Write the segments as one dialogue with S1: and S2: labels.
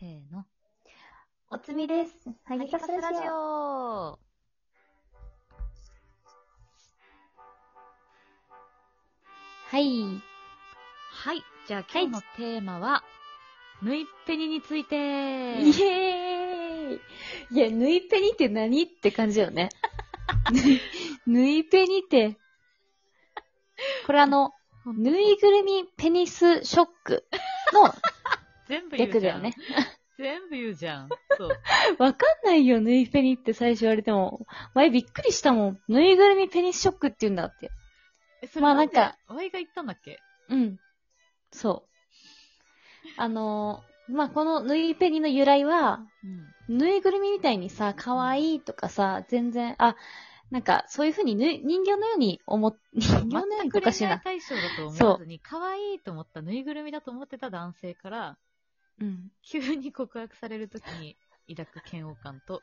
S1: せーの。
S2: おつみです。は
S1: ハギキャスラジオ
S2: はい。
S1: はい。じゃあ今日のテーマは、縫いっぺにについて。
S2: イエーイいや、縫いペニって何って感じよ ね。縫いペニって。これあの、
S1: 本当
S2: ぬいぐるみペニスショックの
S1: 全部言う
S2: 略
S1: じ
S2: だ
S1: ゃ
S2: よ
S1: ん。
S2: ね。
S1: 全部言う じゃん。そう。
S2: わかんないよ、縫いペニって最初言われても。前びっくりしたもん。ぬいぐるみペニスショックって言うんだって。
S1: えそれ
S2: まあ
S1: で
S2: なんか。
S1: おいが言ったんだっけ
S2: うん。そう。あのーまあ、この縫いペニの由来は、
S1: うん。
S2: ぬいぐるみみたいにさ、可愛いとかさ、全然、あ、なんか、そういうふうにぬい人形のように思っ、 人形のように
S1: 全
S2: と
S1: く
S2: か
S1: 恋
S2: しい
S1: 愛
S2: な。
S1: 対象だと思わずに、可愛いと思ったぬいぐるみだと思ってた男性から、
S2: うん。
S1: 急に告白されるときに抱く嫌悪感と、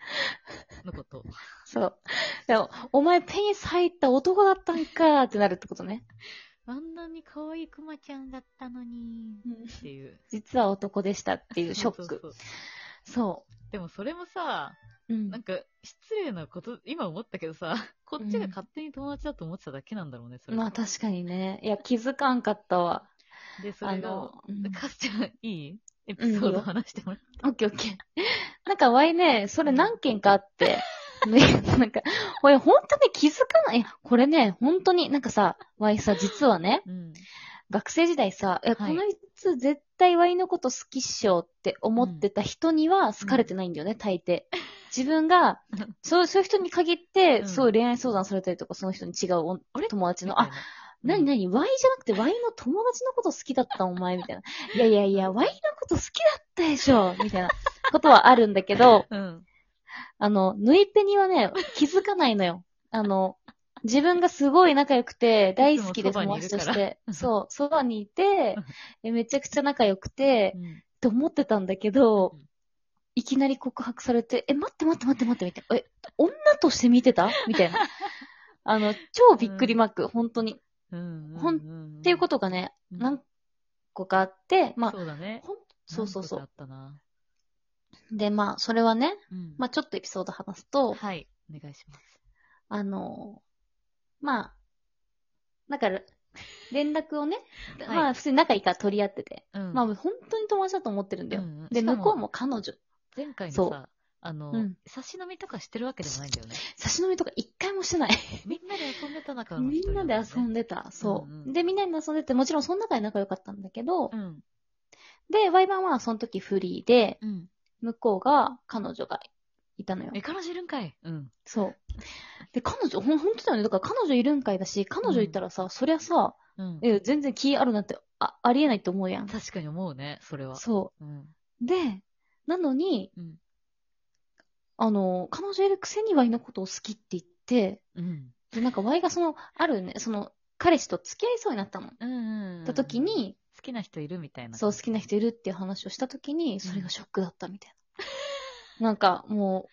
S1: のこと。
S2: そう。でも、お前ペニス入った男だったんかーってなるってことね。
S1: あんなに可愛いクマちゃんだったのに、っていう。
S2: 実は男でしたっていうショック。
S1: そうそうそう
S2: そ
S1: でもそれもさ、
S2: う。うん。
S1: なんか失礼なこと、今思ったけどさ、こっちが勝手に友達だと思ってただけなんだろうね、それ。
S2: まあ確かにね。いや、気づかんかったわ。
S1: で、それ
S2: あ
S1: が
S2: の、うん
S1: カスちゃん、いいエピソ
S2: い
S1: ー
S2: い
S1: ド
S2: よ
S1: 話してもらって。
S2: オッケーオッケー。なんか、わいね、それ何件かあって。ね、なんか、俺、本当に気づかない。いやこれね、本当に、なんかさ、わいさ、実はね、
S1: うん。
S2: 学生時代さ、え、
S1: は
S2: こ
S1: い
S2: のつ絶対ワイのこと好きっしょって思ってた人には好かれてないんだよね、大抵。自分 が
S1: うん、
S2: そう、そういう人に限っ
S1: う
S2: て、
S1: ん
S2: そういう恋愛相談されたりとか、その人に違うお
S1: あれ
S2: 友達
S1: み
S2: の、
S1: たい
S2: あ、なになに、ワイじゃなくてワイの友達のこと好きだったお前みたいな。いやいやいや、ワイのこと好きだったでしょみたいなことはあるんだけど、
S1: うん。うん。
S2: あの、ぬいペニはね、気づかないのよ。あの、自分がすごい仲良くて、大好きで
S1: いつもそば
S2: 友
S1: にいる
S2: 達
S1: か
S2: とし
S1: ら
S2: て、そう、そばにいて
S1: うん、
S2: えめちゃくちゃ仲良くて
S1: う、ん
S2: って思ってたんだけど、いきなり告白されて、え、待って待って待って待って、みたいな。え、女として見てたみたいな。あの、超びっくりマーク、本当に。っ
S1: うん。
S2: ほん
S1: って、
S2: いうこととがね、
S1: うん
S2: 何個かあって、まあ、
S1: そうだね。
S2: ほんそうそうそ
S1: なんとかあったな。
S2: う。で、まあ、それはね、
S1: うん。
S2: まあ、ちょっとエピソード話すと、
S1: はい。お願いします。
S2: あの、まあ、だから、連絡をね、
S1: い
S2: まあ、普通に仲いいから取り合ってて、
S1: うん。
S2: まあ、本当に友達だと思ってるんだよ。
S1: うんうん
S2: で、
S1: しか
S2: 向こうも彼女、
S1: 前回
S2: そ
S1: のさ
S2: う、
S1: あの
S2: うん、
S1: 差し飲みとかしてるわけでもないんだよ ね。
S2: 差し飲みとか一回もしてない。
S1: みんなで遊んでた中の一
S2: み
S1: 人
S2: んなで遊ん
S1: で。
S2: でた、そう。
S1: うんうん
S2: で、みんなで遊んでて、もちろんその中で仲良かったんだけど、
S1: うん。
S2: で、ワイバンはその時フリーで、
S1: うん。
S2: 向こうが、彼女がいたのよ
S1: え、。彼女いるんかいうん。
S2: そう。で、彼女、ほん、本当だよね。だから彼女いるんかいだし、彼女いたらさ、そりゃさ、
S1: うん。
S2: え、全然気あるなんて、あ、ありえないって思うやん。
S1: 確かに思うね、それは。
S2: そ
S1: うん。
S2: う。で、なのに、
S1: うん。
S2: あの、彼女いるくせにワイのことを好きって言って、
S1: うん。
S2: で、なんかワイがその、あるね、その、彼氏と付き合いそうになったの。
S1: うん。
S2: た時、に、
S1: 好きな人いるみたいな。
S2: そう、好きな人いるっていう話をしたときに、それがショックだったみたいな。なんか、も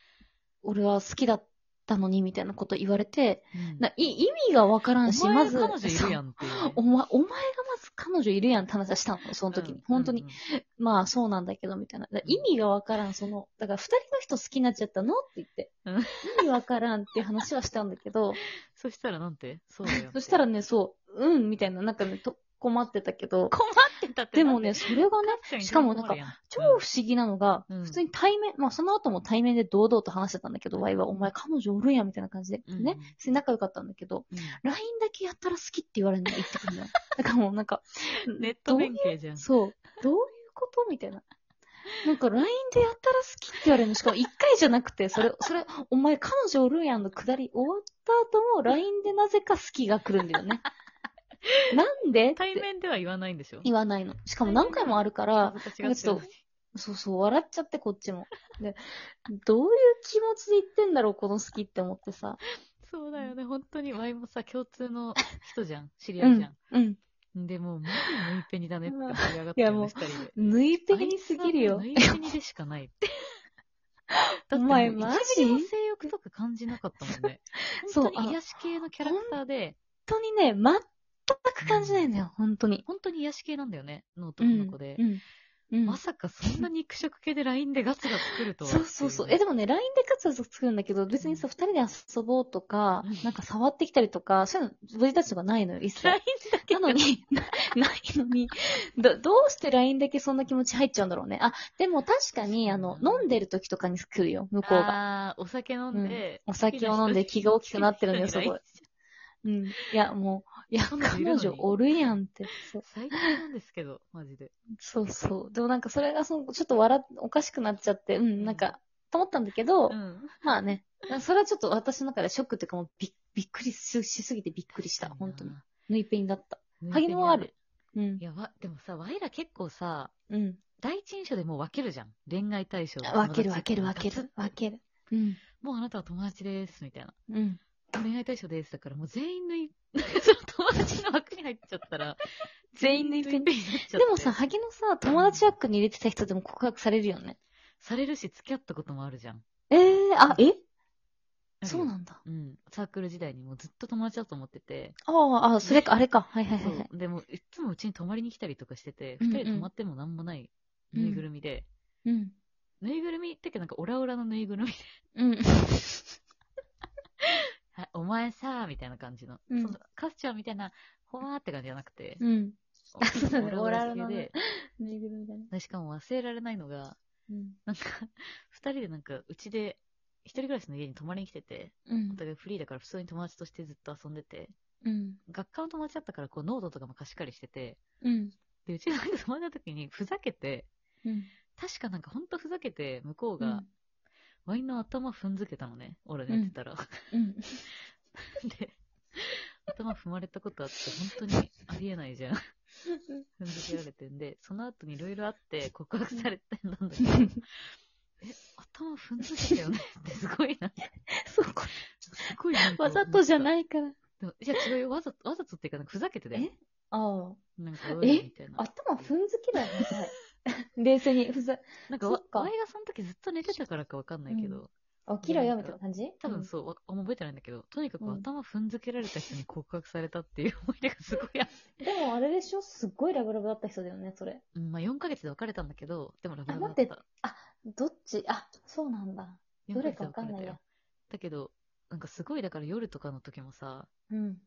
S2: う、俺は好きだったのに、みたいなこと言われて、
S1: うん。
S2: ない意味がわからんし、
S1: お
S2: ま
S1: 前
S2: ず、
S1: 彼女いるや
S2: そうん
S1: っていうね。
S2: お前、お前がまず彼女いるやんって話はしたの、その時に。
S1: うん
S2: 本当に、。
S1: うん
S2: まあそうなんだけど、みたいな。だから意味がわからん、その、だから二人の人好きになっちゃったのって言って
S1: うん。
S2: 意味わからんっていう話はしたんだけ ど、
S1: そしたらなんてそうだ よ。
S2: そしたら
S1: 困
S2: ね、そう、うん、みたいな、なんかね、と困ってたけど、
S1: ってたって。
S2: でもね、、それがね、しかもなんか超不思議なのが、
S1: うん
S2: 普通に対面、まあその後も対面で堂々と話してたんだけど、
S1: うん
S2: ワイはお前彼女おるんやみたいな感じで、
S1: うん
S2: ね、普通に仲良かったんだけど、LINE だけやったら好きって言われるの言ってくる のよ。だからもうなんか、
S1: ネット弁慶じゃ。
S2: どうんそう、どういうことみたいな。なんか LINE でやったら好きって言われるの。しかも一回じゃなくて、それ、それ、お前彼女おるんやんの下り終わった後も LINE でなぜか好きが来るんだよね。なんでって
S1: 対面では言わないんでしょ
S2: 言わないの。しかも何回もあるから、
S1: 恥ずかしがってるのに
S2: そうそう、笑っちゃって、こっちも。で、どういう気持ちで言ってんだろう、この好きって思ってさ。
S1: そうだよね、本当に。ワイもさ、共通の人じゃん。知り合いじゃん。
S2: うん。
S1: で、もう、マジぬいペニだねって盛り上がっ
S2: い
S1: て
S2: や
S1: る
S2: も
S1: ね、
S2: う
S1: 二人で。
S2: 縫いペニすぎるよ
S1: あ。いつはもう縫いペニでしかない って。
S2: お前マジ
S1: だってもう一ミリも性欲とか感じなかったもん ね。
S2: そう
S1: 本当に癒し系のキャラクターで、
S2: 本当にね、全く感じないんだよ、本当に。
S1: 本当に癒し系なんだよね、の
S2: う
S1: 男の
S2: ん
S1: 子で。
S2: うん。うん
S1: まさかそんな肉食系で LINE でガツガツ来るとは
S2: そうそうそう。
S1: ってい
S2: え、でもね、LINE でガツガツ作るんだけど、別にさ、二人で遊ぼうとか
S1: うん、
S2: なんか触ってきたりとか、そういうの、僕たちとかないのよ、一切
S1: LINE。だけ
S2: なのに、 なないのにど、どうして LINE だけそんな気持ち入っちゃうんだろうね。あ、でも確かに、あの、飲んでる時とかに来るよ、向こうが。
S1: あーお酒飲んで、
S2: お酒を飲んで気が大きくなってるんだよ、すごい。うん。いや、もう、いや、
S1: そんなのいるの
S2: 彼
S1: に
S2: 女おるやんって。そう
S1: 最高なんですけど、マジで。
S2: そうそう。でもなんかそれがその、ちょっと笑っ、おかしくなっちゃって、うん、なんか、と思ったんだけど、
S1: うん。
S2: まあね。それはちょっと私の中でショックっていうかもうびっびっくりししすぎてびっくりした。本当に。縫いペインだった。
S1: に
S2: 萩野はある。うん
S1: い。や、わ、でもさ、ワイら結構さ、
S2: うん。
S1: 第一印象でもう分けるじゃん。恋愛対象。
S2: 分ける分ける分け
S1: 友達
S2: る。分ける。うん。
S1: もうあなたは友達です、みたいな。
S2: うん。
S1: 恋愛対象です。だからもう全員のい、 その友達の枠に入っちゃったら、
S2: 全員のいっぺん
S1: になっちゃって。
S2: でもさ、、萩野さ、友達枠に入れてた人でも告白されるよね。
S1: されるし付き合ったこともあるじゃん。
S2: えー、あ、えそう
S1: の
S2: なんだ。
S1: うん。サークル時代にもうずっと友達だと思ってて、
S2: ああ、あ、それか、あれか。はいはいはいはい。
S1: そう。でも、いつもうちに泊まりに来たりとかしてて、
S2: うんうん
S1: 二人で泊まってもなんもないぬいぐるみで、
S2: うん。
S1: ぬいぐるみってかなんかオラオラのぬいぐるみで、
S2: うん。
S1: はい お前さーみたいな感じの、
S2: うん
S1: そのカスちゃんみたいな、ほわーって感じじゃなくて、
S2: うん。
S1: お
S2: そうだね
S1: オラオラ
S2: オラオラの
S1: 系で
S2: ね、ぬいぐるみだね。
S1: でしかも忘れられないのが、
S2: うん。
S1: なんか、二人でなんか、うちで、一人暮らしの家に泊まりに来てて、
S2: うん
S1: お。互いフリーだから普通に友達としてずっと遊んでて、
S2: うん。
S1: 学科の友達だったからこうノートとかも貸し借りしてて、
S2: うん。
S1: で、うちなんか泊まった時にふざけて、
S2: うん。
S1: 確かなんかほんとふざけて、向こうが、ワインの頭踏んづけたのね、俺寝てたら。
S2: うん。
S1: で、頭踏まれたことあって、本当にありえないじゃん。踏んづけられてんで、その後にいろいろあって告白されてたんだ けど、え、頭踏んづけたよねってすごいな。
S2: そうか。
S1: すごいなんか
S2: わざとじゃ
S1: い
S2: ないから。
S1: いや、違うよ。わざと、わざとっていうか、なんかふざけてだよ。
S2: ああ。
S1: なんか、ういみたいな。
S2: 頭踏んづけだよ、はい。冷静に、ふざ、
S1: なんかわ
S2: そっ、か
S1: ワイがその時ずっと寝てたからかわかんないけど、
S2: う起きろよ、みたいな感じ
S1: 多分そう、わ覚えてないんだけど、とにかく
S2: うん
S1: 頭踏んづけられた人に告白されたっていう思い出がすご いあっ
S2: うん。でもあれでしょすっごいラブラブだった人だよね、それ。
S1: うんまあ4ヶ月で別れたんだけど、でもラブラブだっ。
S2: あ待ったどっちあ、そうなんだ。どれかわかんない
S1: よ
S2: や。。
S1: だけど、なんかすごい、だから夜とかの時もさ、
S2: うん。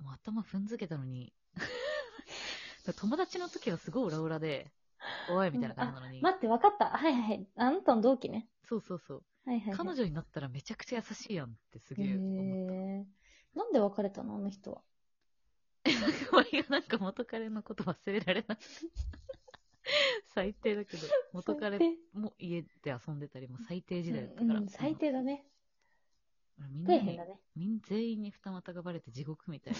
S1: もう頭踏んづけたのに、 友達の時はすごいオラオラで、おいみたいな感じなのに、
S2: 待って、わかった。はいはいはい。あなたの同期ね。
S1: そうそうそう。
S2: はいはい、はい。
S1: 彼女になったらめちゃくちゃ優しいやんってす
S2: へ
S1: げえ思った。
S2: え。なんで別れたのあの人は。
S1: 周りがなんか元彼のこと忘れられ なくて。最低だけど、元彼
S2: 最低
S1: も家で遊んでたりも最低時代だった
S2: う
S1: か
S2: ん
S1: ら。
S2: うん、最低だね。
S1: みんな
S2: 底辺
S1: に
S2: だ、ね。
S1: みん全員に二股がバレて地獄みたいな。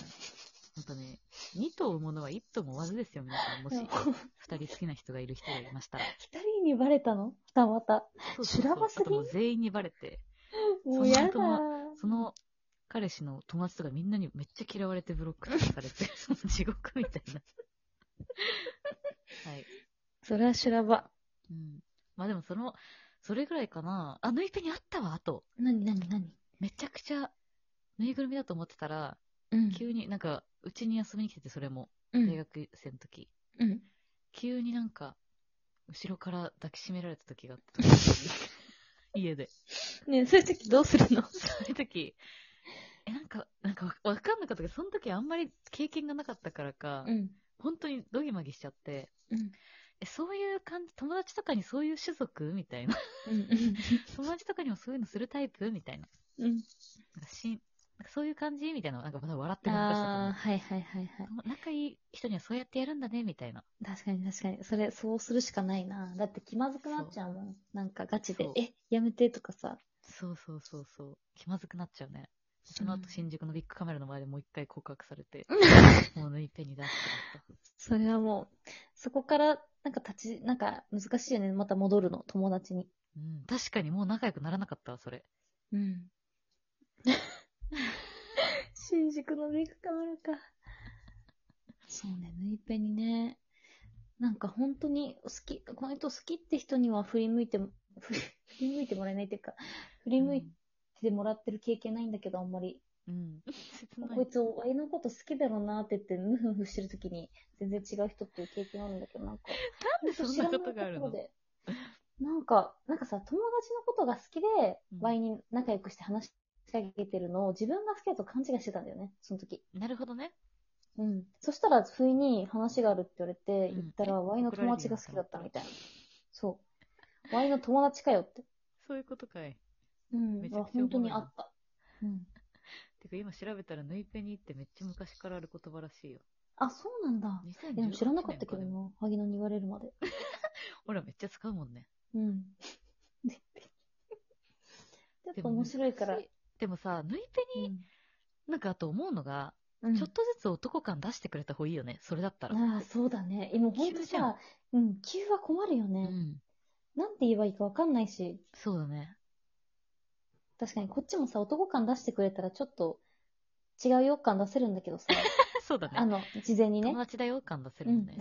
S1: ほんとね、二頭産むのは一頭も追わずですよ、皆さん。もし
S2: でも
S1: 二人好きな人がいる人がいましたら。
S2: 二人にバレたの二股。
S1: そう
S2: 修羅場すぎ
S1: あ
S2: ん
S1: ともう全員にバレて、
S2: もうやだ
S1: そのその彼氏の友達とかみんなにめっちゃ嫌われてブロックとかさ れて、その地獄みたいな。はい。
S2: それは修羅場。
S1: うん。まあでもその、それぐらいかな。あ、ぬい手にあったわ、あと。
S2: なになになに
S1: めちゃくちゃ、ぬいぐるみだと思ってたら、
S2: うん
S1: 急になんか、うちに遊びに来てて、それも。
S2: う
S1: 大
S2: ん。
S1: 学生の時。
S2: うん。
S1: 急になんか、後ろから抱きしめられた時があった。 家で。
S2: ねえそういう時どうするの
S1: そういう時、え、なんか、なんかわわかんなかったけど、その時あんまり経験がなかったからか、
S2: ん。
S1: 本当にドギマギしちゃって、
S2: うん。
S1: え、そういう感じ、友達とかにそういう種族みたいな。
S2: うん。
S1: 友達とかにもそういうのするタイプみたいな。
S2: うん。
S1: なんかしんなんかそういう感じみたいな。なんかまだ笑ってる昔だ
S2: ああ、はいはいはいはい
S1: と。思う仲いい人にはそうやってやるんだね、みたいな。
S2: 確かに確かに。それ、そうするしかないな。だって気まずくなっちゃうもん。なんかガチで
S1: そう、
S2: え、やめてとかさ。
S1: そうそうそうそう。気まずくなっちゃうね。その後、新宿のビッグカメラの前でもう一回告白さ れて、もう抜いてに出してまし
S2: それはもう、そこから、なんか立ち、なんか難しいよね。また戻るの、友達に。
S1: た。うん、確かにもう仲良くならなかったわ、それ。
S2: うん。新宿のビッグカメラか。そうね、ぬいペにね。なんか本当に好き、この人好きって人には振り向いても、 振り振り向いてもらえないっていうか、振り向いてもらってる経験ないんだけど、あんまり。
S1: うん。切な
S2: こい
S1: い。
S2: つ、ワイのこと好きだろうなって言って、ムフムフしてるときに、全然違う人っていう経験あるんだけど、なんか。
S1: なんでそんなことがあ
S2: 知らな
S1: るの
S2: いところでなんか、なんかさ、友達のことが好きで
S1: うん、
S2: ワイに仲良くして話しかけてるのを自分が好きだと勘違いしてたんだよね、その時。
S1: なるほどね。
S2: うん。そしたら、不意に話があるって言われて、
S1: うん
S2: 行ったら、ワイの友達が好きだったみたいな。そう。ワイの友達かよって。
S1: そういうことかい。
S2: うん
S1: め。ちゃ
S2: あ
S1: くちゃ
S2: 本当に
S1: おもろいな
S2: あった。うん。
S1: てか今調べたらヌイペニってめっちゃ昔からある言葉らしいよ。
S2: あ、そうなんだ。
S1: 2018
S2: えでも知らなかったけど
S1: 年でも
S2: な、萩野に言われるまで。
S1: ほらめっちゃ使うもんね。
S2: うん。でちょっと面白いから。
S1: でもでもさ、ヌイペニなんかあと思うのが、
S2: うん
S1: ちょっとずつ男感出してくれた方がいいよね。それだったら。
S2: ああ、そうだね。今ほんと
S1: 急じゃん
S2: さ、うん、急は困るよ
S1: う
S2: ね。
S1: ん。
S2: なんて言えばいいかわかんないし、
S1: そうだね。
S2: 確かにこっちもさ、男感出してくれたらちょっと違うよ感出せるんだけ どさ、
S1: そうだ
S2: あ
S1: ね。
S2: の、事前にね
S1: 友、達だよ感出せるもんね。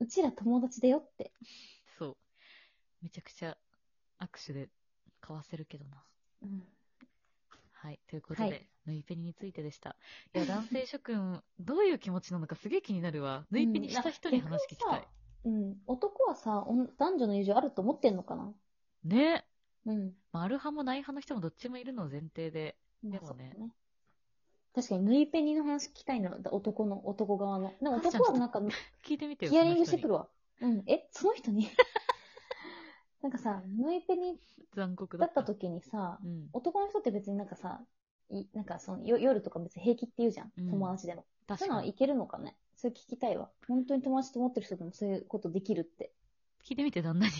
S2: うちら友達だよって。
S1: そう。めちゃくちゃ握手で交わせるけどな。はい。ということで、
S2: はい
S1: ヌイペニについてでした。いや、男性諸君、どういう気持ちなのかすげえ気になるわ。ヌイペニした人に話聞きたい。
S2: うん、男はさ、おん男女の友情あると思ってんのかな
S1: ね。
S2: うん。
S1: まあ、ある派もない派の人もどっちもいるのを前提で。
S2: まあ
S1: でもね
S2: そうだ確かに、縫いペニの話聞きたいな、だ男の、男側の。なんか
S1: 母ちゃんちょ
S2: 男
S1: っ
S2: は
S1: と
S2: なんか、
S1: 聞いてみてよ。
S2: ヒアリングしてく
S1: その
S2: るわ。うん。え、その人に なんかさ、縫いペニ
S1: 人に残酷だ
S2: だ
S1: っ。
S2: ったた時にさ、
S1: うん。
S2: 男の人って別になんかさ、いなんかそのよ夜とか別に平気って言うじゃん
S1: うん。
S2: 友達でも。そ
S1: 確
S2: ういうの
S1: か
S2: はい
S1: に。
S2: けるのかねそれ聞きたいわ。本当に友達と思ってる人でもそういうことできるって。
S1: 聞いてみて、旦那に。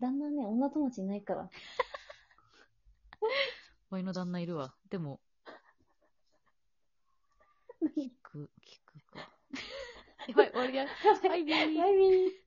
S2: 旦那ね、女友達いない から。
S1: ワイの旦那いるわ。でも、 聞く、聞くか。やばい、終わりだ。バイビー。
S2: バイビー。